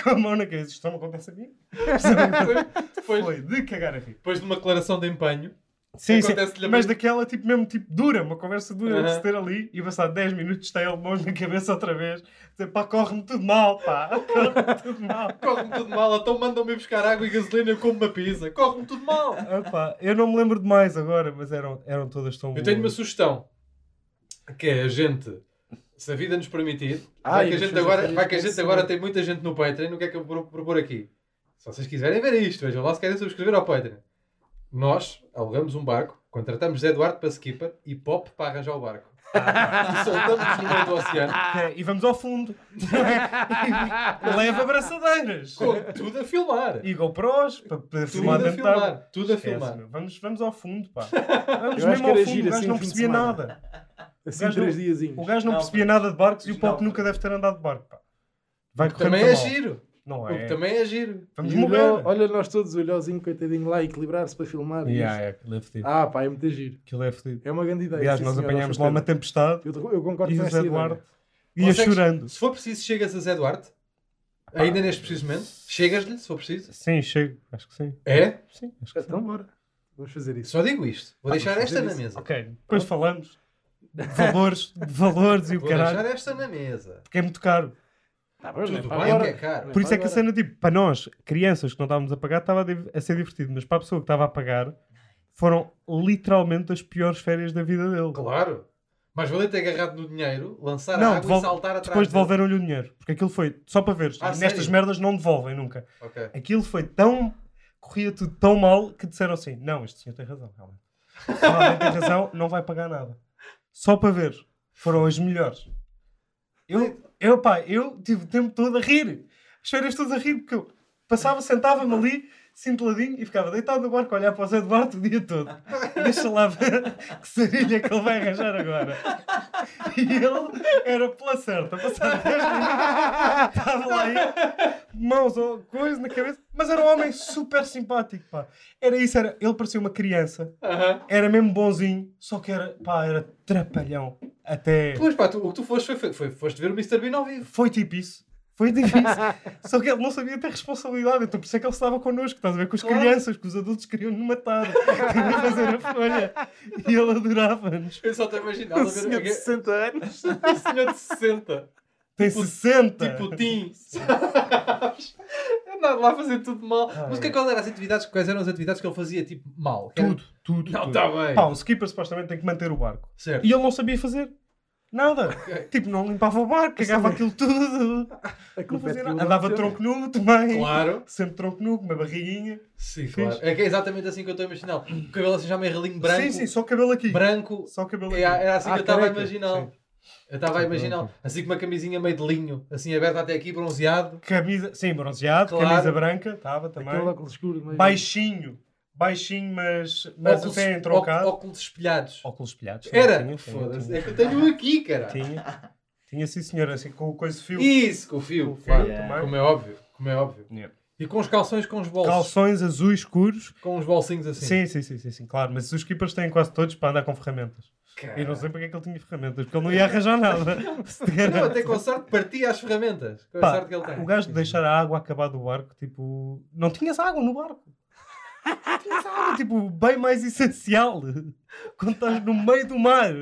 com a mão na cabeça. Isto não me acontece a mim. Isto não me acontece.
Depois,
Foi de cagar a rir.
depois de uma declaração de empenho.
Sim, sim.
Acontece-lhe a
Mas
mesma-
daquela, tipo, mesmo, tipo, dura, uma conversa dura de
Aham.
se ter ali e passar 10 minutos tem ele mãos na cabeça outra vez, dizer, pá, corre-me tudo mal, pá, [LAUGHS] corre-me tudo mal.
Corre-me tudo mal, então mandam-me ir buscar água e gasolina, eu como uma pizza. Corre-me tudo mal.
Epá, eu não me lembro de mais agora, mas eram, eram todas tão
Eu
boas.
tenho uma sugestão. Que é a gente, se a vida nos permitir, vai,
Ai,
que a gente
deixa eu
agora,
fazer
vai que a gente
isso.
agora tem muita gente no Patreon, o que é que eu vou propor aqui? Se vocês quiserem ver isto, vejam lá se querem subscrever ao Patreon. Nós alugamos um barco, contratamos Zé Eduardo para skipper e Pop para arranjar o barco. E soltamos no meio do oceano
É, E vamos ao
[LAUGHS]
fundo. Leva abraçadeiras.
com tudo a filmar.
E GoPros, para poder
Tudo
filmar
a
dentro da água.
filmar. Tudo a
Esquece,
filmar.
meu. Vamos, vamos ao fundo,
[LAUGHS]
pá. Vamos
Eu acho
mesmo
que
ao
era
fundo,
giro
o gajo
assim
não
um fim de
percebia
semana.
nada.
Assim,
Gajo-
três diazinhos.
O gajo não
Não,
percebia
pá.
nada de barcos e o
Não,
Pop
pá.
nunca deve ter andado de barco, pá. Vai correr
Também
muito
é
mal.
giro.
Não
O que
é?
também é giro.
Vamos
E o Léo-
morrer.
Olha, nós todos, o Leozinho, coitadinho lá, a equilibrar-se para filmar. e
Yeah,
isto.
é, aquilo é fedido.
Ah, pá, é muito giro.
Aquilo é fedido.
É uma grande ideia.
Aliás,
sim,
nós
senhor,
apanhámos
com
lá uma
certeza.
tempestade
Eu, eu concordo
e
com
o
essa
Zé
ideia.
é Eduardo ia
Consegues-
chorando.
Se for preciso, chegas a Zé Duarte. Ainda neste preciso momento. Chegas-lhe, se for preciso.
Sim, chego. Acho que sim.
É?
Sim, acho que sim.
Então, bora. Vamos fazer isso.
Só digo isto.
Ah,
Vou deixar
vamos
esta
fazer
na
isso.
mesa.
Ok, depois falamos de valores, de valores e o
Vou
caralho.
deixar esta na mesa.
Porque é muito caro.
Tá bom,
Tudo
não
bem,
agora.
que é caro.
Por isso é que a
agora.
cena, tipo, para nós, crianças que não estávamos a pagar, estava a div- a ser divertido. Mas para a pessoa que estava a pagar, foram literalmente as piores férias da vida dele.
Claro. Mas vou ter agarrado no dinheiro, lançar
Não,
a água
devol-
e saltar atrás.
Depois
dele.
devolveram-lhe o dinheiro. Porque aquilo foi, só para ver,
Ah,
nestas
sério?
merdas não devolvem nunca.
Ok.
aquilo foi tão. corria tudo tão mal que disseram assim: não, este senhor tem razão, realmente. Realmente tem razão, não vai pagar nada. Só para ver. Foram as melhores. Eu, eu pá, eu tive o tempo todo a rir. As férias todas a rir, porque eu passava, sentava-me ali, cinteladinho e ficava deitado no barco a olhar para o Zé Duarte o dia todo. Deixa lá ver que sarilha que ele vai arranjar agora. E ele era pela certa, passava [LAUGHS] 10 minutos, estava lá ele, mãos ou coisa na cabeça, mas era um homem super simpático, pá. Era isso, era, ele parecia uma criança,
Aham.
era mesmo bonzinho, só que era, pá, era trapalhão. Até.
Pois pá, tu- o que tu foste foi, foi, foi- foste ver o Mr. Bean ao vivo.
Foi tipo isso. Foi difícil.
[LAUGHS]
Só que ele não sabia ter responsabilidade. Então por isso é que ele se dava connosco. Estás a ver? Com as
Claro.
crianças, que os adultos queriam nos
[LAUGHS]
matar. Queriam fazer a folha. E ele adorava-nos.
Eu só estou a imaginar.
Um
estás a ver
senhor de
[LAUGHS]
60 anos.
Um senhor de 60.
Tem
Tipo-
60.
Tipo Tim. [LAUGHS] sabes? Andar lá a fazer tudo mal.
Ah,
Mas o que é que eram as atividades? Quais eram as atividades que ele fazia tipo mal? Que era-
tudo, tudo.
Não,
tudo.
está bem.
Pá, um skipper supostamente tem que manter o barco.
Certo.
E ele não sabia fazer. Nada.
Ok.
Tipo, não limpava o barco, cagava aquilo tudo.
A
Não fazia
confete
nada. Andava tronco nu também.
um Claro.
Sempre tronco nu, com uma barriguinha.
Sim,
Fiz.
claro. É que é exatamente assim que eu estou a imaginar. O cabelo assim já meio relinho branco.
Hum. Sim, sim, só cabelo aqui.
Branco.
Só cabelo
É-
aqui.
Era assim que
Ah,
eu estava a
careca.
imaginar.
Sim.
Eu estava a imaginar. Assim com uma camisinha meio de linho. Assim aberta até aqui, bronzeado.
Camisa, sim, bronzeado,
Claro.
camisa branca, estava também.
Aquele óculos escuro. meio-
Baixinho, baixinho, mas, mas
Óculos-
até entrocado.
ó- Óculos espelhados.
Óculos espelhados. sim,
Era.
Tinha,
Foda-se.
tinha,
É que eu tenho aqui, cara.
tinha, tinha. Tinha, sim, senhor, assim, com o coisa de fio.
Isso, com o fio.
Com o fio
Claro.
Yeah.
também.
Como é óbvio. Como é óbvio.
Yeah.
E com os calções com os bolsos.
Calções azuis escuros.
Com os bolsinhos assim.
Sim. Sim, sim, sim, sim, claro. Mas os keepers têm quase todos para andar com ferramentas.
Cara.
E não sei porque é que ele tinha ferramentas, porque ele não ia arranjar nada. [LAUGHS] Se te
Não,
garanto.
até com sorte partia as ferramentas. Com a
Pá,
sorte que ele tem.
O gajo de deixar a água acabar do barco, tipo, não tinhas água no barco. Não tinhas água, tipo, bem mais essencial. Quando estás no meio do mar.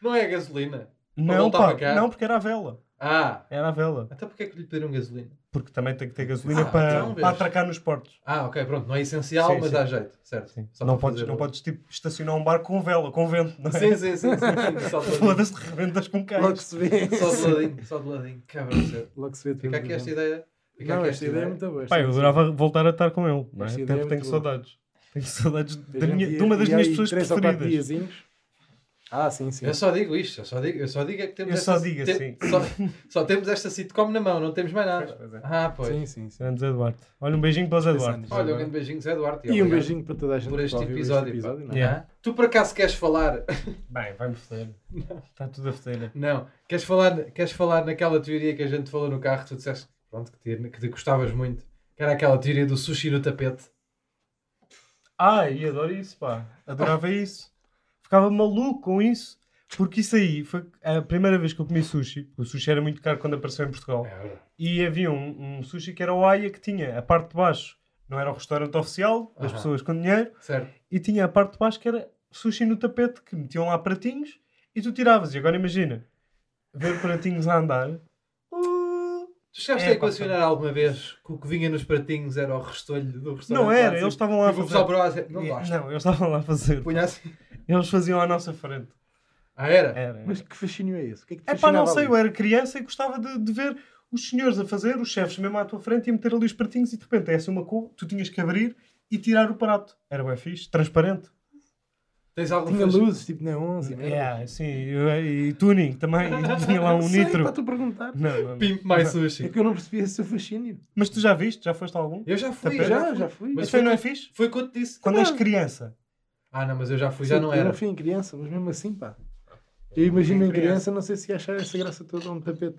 Não é gasolina.
Não,
voltava
pá,
cá.
não, porque era a vela.
Ah,
Era a vela.
até porque é que lhe pediram gasolina?
Porque também tem que ter gasolina
Ah,
para,
então,
para
vês.
atracar nos portos.
Ah, ok, pronto. Não é essencial,
Sim,
mas
sim.
dá jeito. Certo. Só
Não
para
podes,
fazer
não
o-
podes tipo, estacionar um barco com vela, com vento, não é?
Sim, sim, sim. sim,
[LAUGHS]
sim. Só de ladinho.
Foda-se, rebentas com
Logo
cães.
se vê.
Só de ladinho. Só de ladinho. Cabrão, certo.
Logo se vê.
Fica aqui esta ideia. Fica
Não,
aqui
esta ideia é muito boa.
Pá, eu adorava voltar a estar com ele, não é?
Esta
Até
ideia
porque
é muito
tenho
boa.
saudades. Tenho saudades
Hoje
da
em
minha-
dia-
de uma das
e há
minhas
aí
pessoas
três ou quatro
preferidas.
diazinhos. Ah, sim, sim.
Eu só digo isto. Eu só digo, eu só digo é que temos
Eu
esta...
só digo
tem-
assim.
Só, só temos esta sitcom na mão. Não temos mais nada.
Pois, pois é.
Ah, pois.
Sim, sim, sim.
Grande Zé Duarte. Olha, um beijinho para o Zé
Três
Duarte.
anos.
Olha, um grande beijinho, Zé Duarte.
E um
obrigado
beijinho para toda a gente
Por
que
este
ouviu
episódio. pá.
não é?
Yeah.
Ah? Tu por acaso queres falar [LAUGHS]
Bem, vai-me foder.
Tá
Está tudo a foder.
Não, queres falar, queres falar naquela teoria que a gente falou no carro, tu disseste pronto, que, te, que te gostavas muito, que era aquela teoria do sushi no tapete.
Ai, adoro isso, pá. Adorava isso. Ficava maluco com isso. Porque isso aí foi a primeira vez que eu comi sushi. porque O sushi era muito caro quando apareceu em Portugal.
É.
E havia um, um sushi que era o Aya que tinha a parte de baixo. Não era o restaurante oficial das
Aham.
pessoas com dinheiro.
Certo.
E tinha a parte de baixo que era sushi no tapete que metiam lá pratinhos e tu tiravas. E agora imagina ver pratinhos a andar. Uh,
Tu chegaste
É,
a
pá,
equacionar alguma vez que o que vinha nos pratinhos era o restolho do restaurante?
não era,
lá,
eles
tipo,
estavam lá a
tipo, o pessoal
fazer.
provava assim, não gosto.
Não, eles estavam lá a fazer.
Punha assim.
Eles faziam à nossa frente.
Ah, era?
Era. era.
Mas que fascínio é esse? O que é que te
É pá, não
fascinava
sei,
ali?
eu era criança e gostava de, de ver os senhores a fazer, os chefes mesmo à tua frente e a meter ali os pratinhos e de repente é assim uma cor, tu tinhas que abrir e tirar o prato. Era bem fixe, transparente.
Tens algum
Tinha
faz-
luzes, tipo na 11. merda.
É, sim, eu- e tuning também, [LAUGHS] e tinha lá
Não
um
sei,
nitro.
Para tu perguntar.
Não, não, não.
Pimp mais
É
sushi.
que eu não percebi esse seu fascínio.
Mas tu já viste? Já foste a algum?
Eu já fui,
Tapete?
já
Já,
fui.
já fui.
Mas
Mas foi,
foi-
não é fixe?
Foi quando disse.
Quando és
Não.
criança.
Ah, não, mas eu já fui, já
Sim,
não
Eu
era.
não fui um em criança, mas mesmo assim, pá. Eu imagino
Em
em criança, não sei se ia achar essa graça toda a um tapete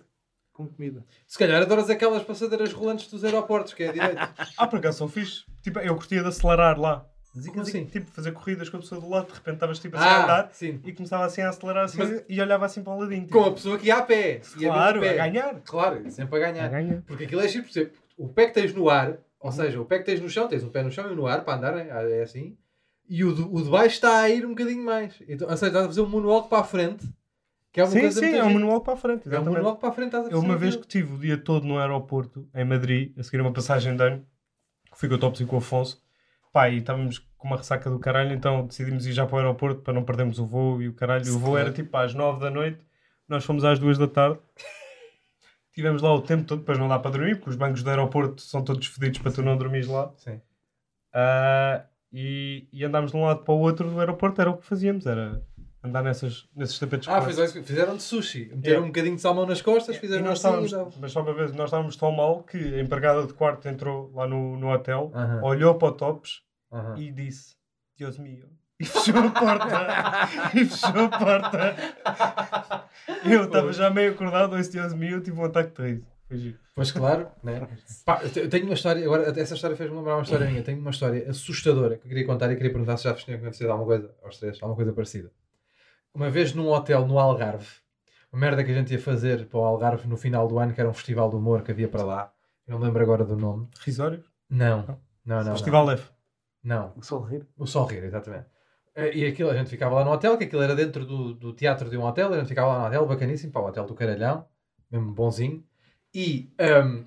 com comida.
Se calhar adoras aquelas passadeiras rolantes dos aeroportos, que é direito.
Ah, por acaso são fixe. Tipo, eu curtia de acelerar lá.
Como assim?
Tipo, fazer corridas com a pessoa do lado, de repente estavas tipo assim a
Ah,
andar
sim.
e começava assim a acelerar assim,
Mas-
e olhava assim para o ladinho.
Com
Tipo,
a pessoa que ia a pé. Ia
claro,
mesmo
a ganhar.
Claro, é sempre a ganhar.
ganhar. Uhum.
Porque aquilo é giro, por exemplo, o pé que tens no ar, ou seja, o pé que tens no chão, tens um pé no chão e um no ar para andar, né? é assim, e o de, o de baixo está a ir um bocadinho mais. Então, ou seja, estás a fazer um monólogo para a frente, que é uma
Sim,
coisa
sim,
muito
é um
gira.
manual para a frente.
É um
Exatamente.
monólogo para a frente, é. estás a
Eu
fazer
uma vez que
aquilo.
estive o dia todo no aeroporto, em Madrid, a seguir uma passagem de ano, que fui com o Topsy e com o Afonso, pá, e estávamos com uma ressaca do caralho, então decidimos ir já para o aeroporto para não perdermos o voo e o caralho. E o voo era tipo às 9 da noite, nós fomos às 2 da tarde. Tivemos lá o tempo todo, depois não dá para dormir, porque os bancos do aeroporto são todos fedidos para tu não dormires lá.
Sim.
Ah, e, e andámos de um lado para o outro do aeroporto, era o que fazíamos, era andar nessas, nesses tapetes
Ah,
colados.
fizeram, isso- fizeram de sushi. Meteram
É.
um bocadinho de salmão nas costas,
E
fizeram
nós
assim e
estávamos,
davam.
mas só uma vez, nós estávamos tão mal que a empregada de quarto entrou lá no, no hotel,
Aham.
olhou para o Tops
Aham.
e disse: Deus meu. E fechou a
[LAUGHS]
porta. e fechou a porta. Eu estava já meio acordado, esse Deus meu, tive um ataque de riso. Foi giro.
Pois claro, né? Pá, eu te- eu tenho uma história, agora até essa história fez-me lembrar uma história minha. Tenho uma história assustadora que eu queria contar e queria perguntar se já vos tinha acontecido alguma coisa aos três, alguma coisa parecida. Uma vez num hotel no Algarve, uma merda que a gente ia fazer para o Algarve no final do ano, que era um festival de humor que havia para lá. Eu não me lembro agora do nome.
Risório?
Não, não, não.
Festival F.
Não,
O sol rir.
o Sol Rir, exatamente. Eh, E aquilo, a gente ficava lá no hotel, que aquilo era dentro do, do teatro de um hotel, a gente ficava lá no hotel, bacaníssimo, para o hotel do Caralhão, mesmo bonzinho. E ehm,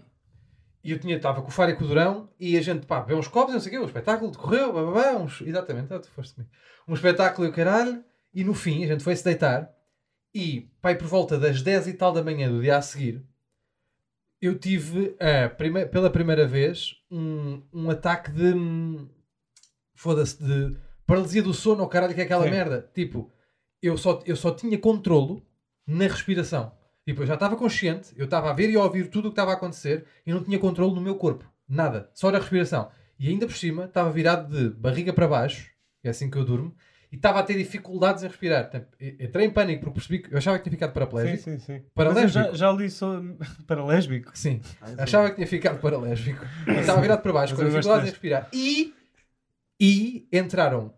e eu tinha, estava com o Fário e com o Durão, e a gente, pá, bebeu uns copos, não sei o quê, o espetáculo decorreu, blá, blá, blá, uns, exatamente, ah, tu foste comigo. Um espetáculo e o caralho, e no fim a gente foi-se deitar, e, pá, e por volta das 10 e tal da manhã do dia a seguir, eu tive, ah, prime- pela primeira vez, um, um ataque de... hum, foda-se, de paralisia do sono, ou caralho, que é aquela
Sim.
merda. Tipo, eu só, eu só tinha controlo na respiração. Tipo, eu já estava consciente, eu estava a ver e a ouvir tudo o que estava a acontecer e não tinha controle no meu corpo. Nada. Só era a respiração. E ainda por cima, estava virado de barriga para baixo, que é assim que eu durmo, e estava a ter dificuldades em respirar. Portanto, e- entrei em pânico porque percebi que eu achava que tinha ficado
Sim,
paraplégico.
sim, sim.
Paralésbico.
Mas eu Já, já li só [LAUGHS] paralésbico.
Sim, achava que tinha ficado paralésbico. E Estava virado para baixo,
Mas
com
eu gosto
dificuldades em
deste.
respirar. E, e entraram,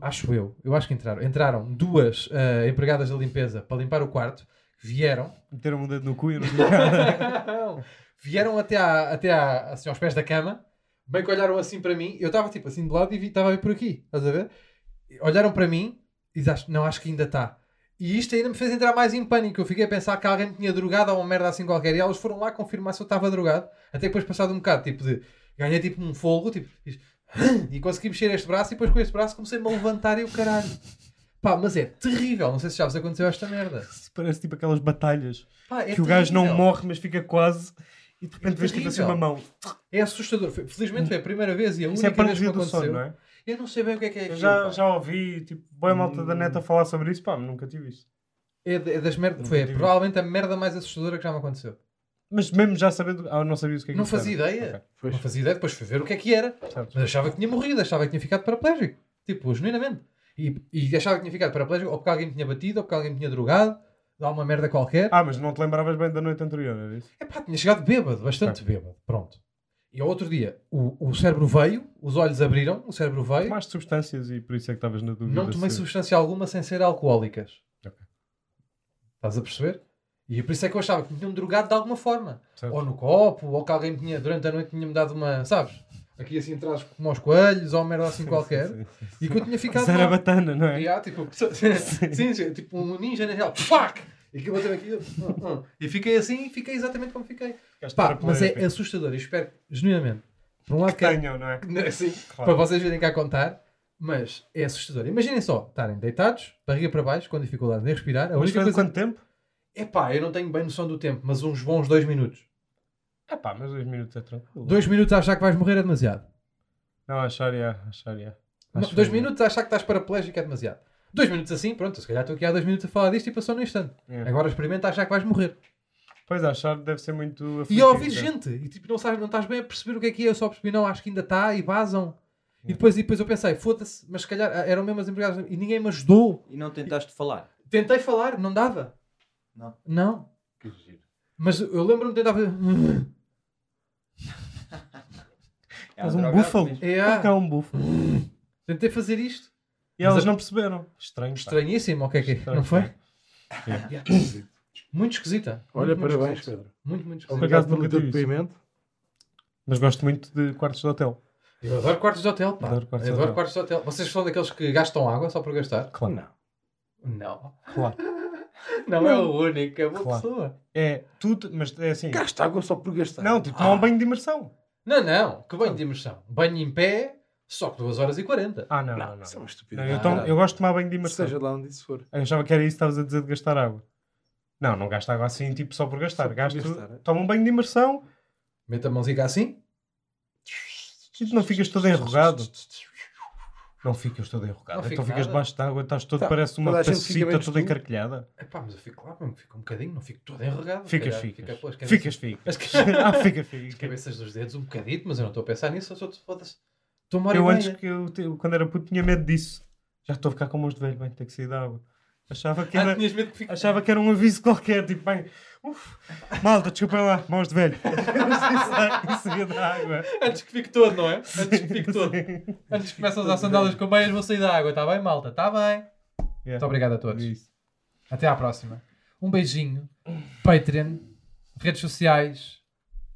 acho eu, eu acho que entraram, entraram duas ah, empregadas da limpeza para limpar o quarto, vieram,
Meteram um dedo no cu e eu não tinha
[LAUGHS]
nada.
vieram até, à, até à, assim, aos pés da cama, bem que olharam assim para mim, eu estava tipo assim de lado e vi- estava a ver por aqui, estás a ver? E Olharam para mim e dizem, não, acho que ainda está. E isto ainda me fez entrar mais em pânico. Eu fiquei a pensar que alguém me tinha drogado ou uma merda assim qualquer. E elas foram lá confirmar se eu estava drogado. Até depois passado um bocado, tipo de... Ganhei tipo um fogo, tipo... fiz, E consegui mexer este braço e depois com este braço comecei-me a levantar e o caralho. Pá, mas é terrível. Não sei se já vos aconteceu esta merda.
Isso Parece tipo aquelas batalhas
Pá, é
que o gajo não
terrível.
morre, mas fica quase. E de
É
repente vês tipo assim
terrível.
uma mão.
É assustador. Foi- Felizmente foi a primeira vez e a
Isso
única
é
vez que me
paralisia do
aconteceu.
sono, não é?
Eu não sei bem o que é que é
Eu
aquilo,
já,
pá. Hum.
já ouvi, tipo, boa malta da neta falar sobre isso, pá, mas nunca tive isso.
É, de- é das merda...
Nunca
Foi
tive.
provavelmente a merda mais assustadora que já me aconteceu.
Mas mesmo já sabendo. Ah, eu não sabia o que é que
não
isso era.
fazia ideia.
Pois.
Não fazia ideia. Depois fui ver o que é que era.
Ok, certo.
Mas achava que tinha morrido. Achava que tinha ficado paraplégico. Tipo, genuinamente. E, e achava que tinha ficado paraplégico ou porque alguém me tinha batido ou porque alguém me tinha drogado. Dá uma merda qualquer.
Ah, mas não te lembravas bem da noite anterior, era isso?
Epá, tinha chegado bêbado, bastante bêbado. Pronto. E ao outro dia, o, o cérebro veio, os olhos abriram, o cérebro veio.
Tomaste substâncias e por isso é que estavas na dúvida.
Não tomei
se-
substância alguma sem ser alcoólicas.
Ok.
Estás a perceber? E por isso é que eu achava que me tinham drogado de alguma forma.
Certo.
Ou no copo, ou que alguém me tinha, durante a noite, tinha-me dado uma, sabes? Aqui assim atrás, como aos coelhos, ou uma merda assim qualquer.
Sim, sim.
E que eu tinha ficado.
Zara
mal.
batana, não
E
é? [LAUGHS]
há, tipo, sim, sim, tipo um ninja na real. Fuck! E que eu botei aqui. hum, hum. E fiquei assim e fiquei exatamente como fiquei.
Ficaste
Pá, mas é
paraplégico.
assustador. E espero, genuinamente, por um lado, que
Tenham, não é?
[LAUGHS] Sim,
Claro.
para vocês virem cá contar, mas é assustador. Imaginem só, estarem deitados, barriga para baixo, com dificuldade em respirar. A
Mas
única
foi de
coisa.
quanto tempo?
Epá, eu não tenho bem noção do tempo, mas uns bons dois minutos.
Ah pá, mas dois minutos é tranquilo.
Dois minutos a achar que vais morrer é demasiado.
Não, é, achar já, achar já.
Não,
Acho
dois
que-
minutos a achar que estás paraplégico é demasiado. Dois minutos assim, pronto, se calhar estou aqui há dois minutos a falar disto e passou num instante.
É.
Agora experimenta achar que vais morrer.
Pois achar deve ser muito
E
aflitivo,
a ouvir
tá?
gente, e tipo, não, sabes, não estás bem a perceber o que é que é, eu só percebi, não, acho que ainda está, e vazam. E depois, e depois eu pensei, foda-se, mas se calhar ah, eram mesmo as empregadas e ninguém me ajudou.
E não tentaste falar.
Tentei falar, não dava.
Não.
Não.
Que giro.
Mas eu lembro-me de tentar fazer.
É
Mas um
drogado
búfalo.
mesmo.
É,
Porque é
ah,
um búfalo.
tentei fazer isto.
E
Mas
elas
a-
não perceberam. Estranho. pá.
Estranhíssimo, o que é que é?
Estranho.
Não foi?
Yeah.
Yeah. Muito esquisita.
Olha,
muito, muito
parabéns,
esquisita.
Pedro.
Muito, muito
Por
esquisita.
acaso
Obrigado pelo
nunca
teu
tive isso.
depoimento.
Mas gosto muito de quartos de hotel.
Eu adoro quartos de hotel, pá.
Adoro
Adoro
quartos
quartos,
de hotel.
de hotel. Vocês são daqueles que gastam água só para gastar?
Claro.
Não.
Não.
Claro.
Não é o único, é uma
Claro.
pessoa.
É tudo, mas é assim.
Gasta água só por gastar.
Não, tipo, não há um banho de imersão.
Não, não. Que banho de imersão. Banho em pé, só que 2 horas e 40.
Ah, não, não,
Não,
não.
isso é uma
Não,
estupidez.
eu, tomo- eu gosto de tomar banho de imersão.
Seja lá onde isso for.
Eu achava que era isso que estavas a dizer de gastar água. Não, não gasta água assim, tipo, só por gastar.
Só por
Gasto,
gastar, é.
toma um banho de imersão
Mete a mãozinha assim.
e tu não ficas todo enrugado. Não ficas toda enrocada.
Não fica
então ficas
nada.
debaixo de água, estás todo,
Tá,
parece uma
toda a gente fica
tacita
menos
toda
tu.
encarquilhada.
Epá, mas eu fico lá, mesmo, fico um bocadinho, não fico todo enregado.
Ficas,
Fica,
ficas.
pô, as cabeças-
Ficas, ficas. [LAUGHS] Ah, fica,
As
fica.
cabeças dos dedos um bocadito, mas eu não estou a pensar nisso, eu sou de foda-se. Estou uma hora
Eu
e
antes
meia.
que eu, te- eu, quando era puto tinha medo disso. Já estou a ficar com mãos de velho, bem, tem que sair da água. Achava que
Ah,
era,
tinhas medo que fique-
achava que era um aviso qualquer, tipo, bem, uf, malta, desculpem lá, mãos de velho. [LAUGHS] E saía é da água.
Antes que fique
[LAUGHS]
todo, não é? Antes que fique todo. Antes que comece a usar sandálias com meias, vou sair da água. Está bem, malta? Está bem. Muito obrigado a todos.
É. Isso.
Até à próxima. Um beijinho. Patreon, redes sociais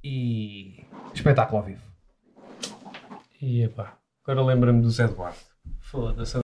e espetáculo ao vivo.
E epá, agora lembra-me do Zé Eduardo. Foda-se,